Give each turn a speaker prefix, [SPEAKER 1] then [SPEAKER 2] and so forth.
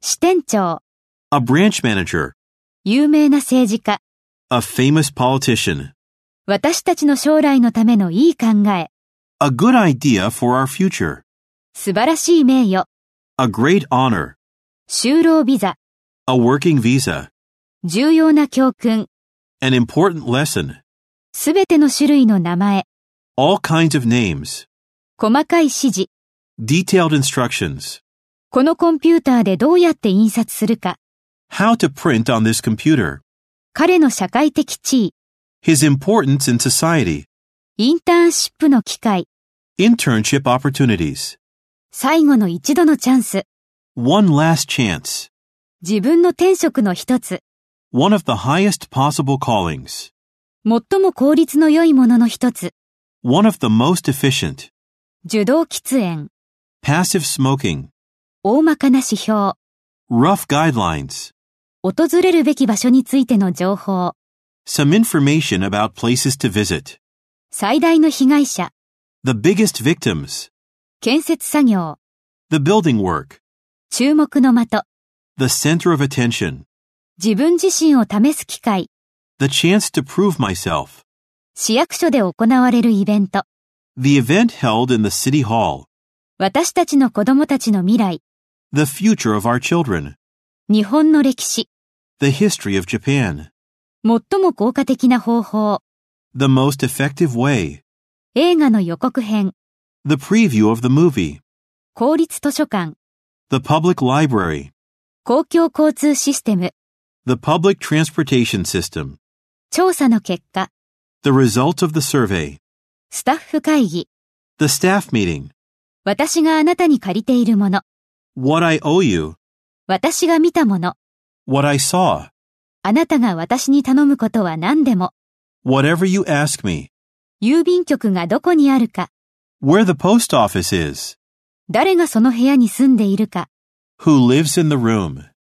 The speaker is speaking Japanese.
[SPEAKER 1] 支店長、
[SPEAKER 2] a branch manager,
[SPEAKER 1] 有名な政治家、
[SPEAKER 2] a famous politician,
[SPEAKER 1] 私たちの将来のためのいい考え、
[SPEAKER 2] a good idea for our future,
[SPEAKER 1] 素晴らしい名誉、
[SPEAKER 2] a great honor,
[SPEAKER 1] 就労ビザ、
[SPEAKER 2] a working visa,
[SPEAKER 1] 重要な教訓、
[SPEAKER 2] an important lesson,
[SPEAKER 1] すべての種類の名前、
[SPEAKER 2] all kinds of names,
[SPEAKER 1] 細かい指示、
[SPEAKER 2] detailed instructions,
[SPEAKER 1] このコンピューターでどうやって印刷するか、
[SPEAKER 2] how to print on this computer,
[SPEAKER 1] 彼の社会的地位、
[SPEAKER 2] his importance in society,
[SPEAKER 1] インターンシップの機会、
[SPEAKER 2] internship opportunities,
[SPEAKER 1] 最後の一度のチャンス、
[SPEAKER 2] one last chance,
[SPEAKER 1] 自分の転職の一つ、
[SPEAKER 2] one of the highest possible callings,
[SPEAKER 1] 最も効率の良いものの一つ、
[SPEAKER 2] one of the most efficient,
[SPEAKER 1] 受動喫煙、
[SPEAKER 2] passive smoking,
[SPEAKER 1] 大まかな指標、
[SPEAKER 2] rough guidelines,
[SPEAKER 1] 訪れるべき場所についての情報、
[SPEAKER 2] some information about places to visit,
[SPEAKER 1] 最大の被害者、
[SPEAKER 2] the biggest victims,
[SPEAKER 1] 建設作業、
[SPEAKER 2] the building work,
[SPEAKER 1] 注目の的、
[SPEAKER 2] the center of attention,
[SPEAKER 1] 自分自身を試す機会、
[SPEAKER 2] the chance to prove myself,
[SPEAKER 1] 市役所で行われるイベント、
[SPEAKER 2] the event held in the city hall,
[SPEAKER 1] 私たちの子供たちの未来、
[SPEAKER 2] the future of our children,
[SPEAKER 1] 日本の歴史、
[SPEAKER 2] the history of Japan,
[SPEAKER 1] 最も効果的な方法、
[SPEAKER 2] the most effective way,
[SPEAKER 1] 映画の予告編、
[SPEAKER 2] the preview of the movie,
[SPEAKER 1] 公立図書館、
[SPEAKER 2] the public library,
[SPEAKER 1] 公共交通システム、
[SPEAKER 2] the public transportation system,
[SPEAKER 1] 調査の結果、
[SPEAKER 2] the result of the survey,
[SPEAKER 1] スタッフ会議、
[SPEAKER 2] the staff meeting,
[SPEAKER 1] 私があなたに借りているもの、
[SPEAKER 2] what I owe you,
[SPEAKER 1] 私が見たもの、
[SPEAKER 2] what I saw,
[SPEAKER 1] あなたが私に頼むことは何でも、
[SPEAKER 2] whatever you ask me,
[SPEAKER 1] 郵便局がどこにあるか、
[SPEAKER 2] where the post office is,
[SPEAKER 1] 誰がその部屋に住んでいるか、
[SPEAKER 2] who lives in the room.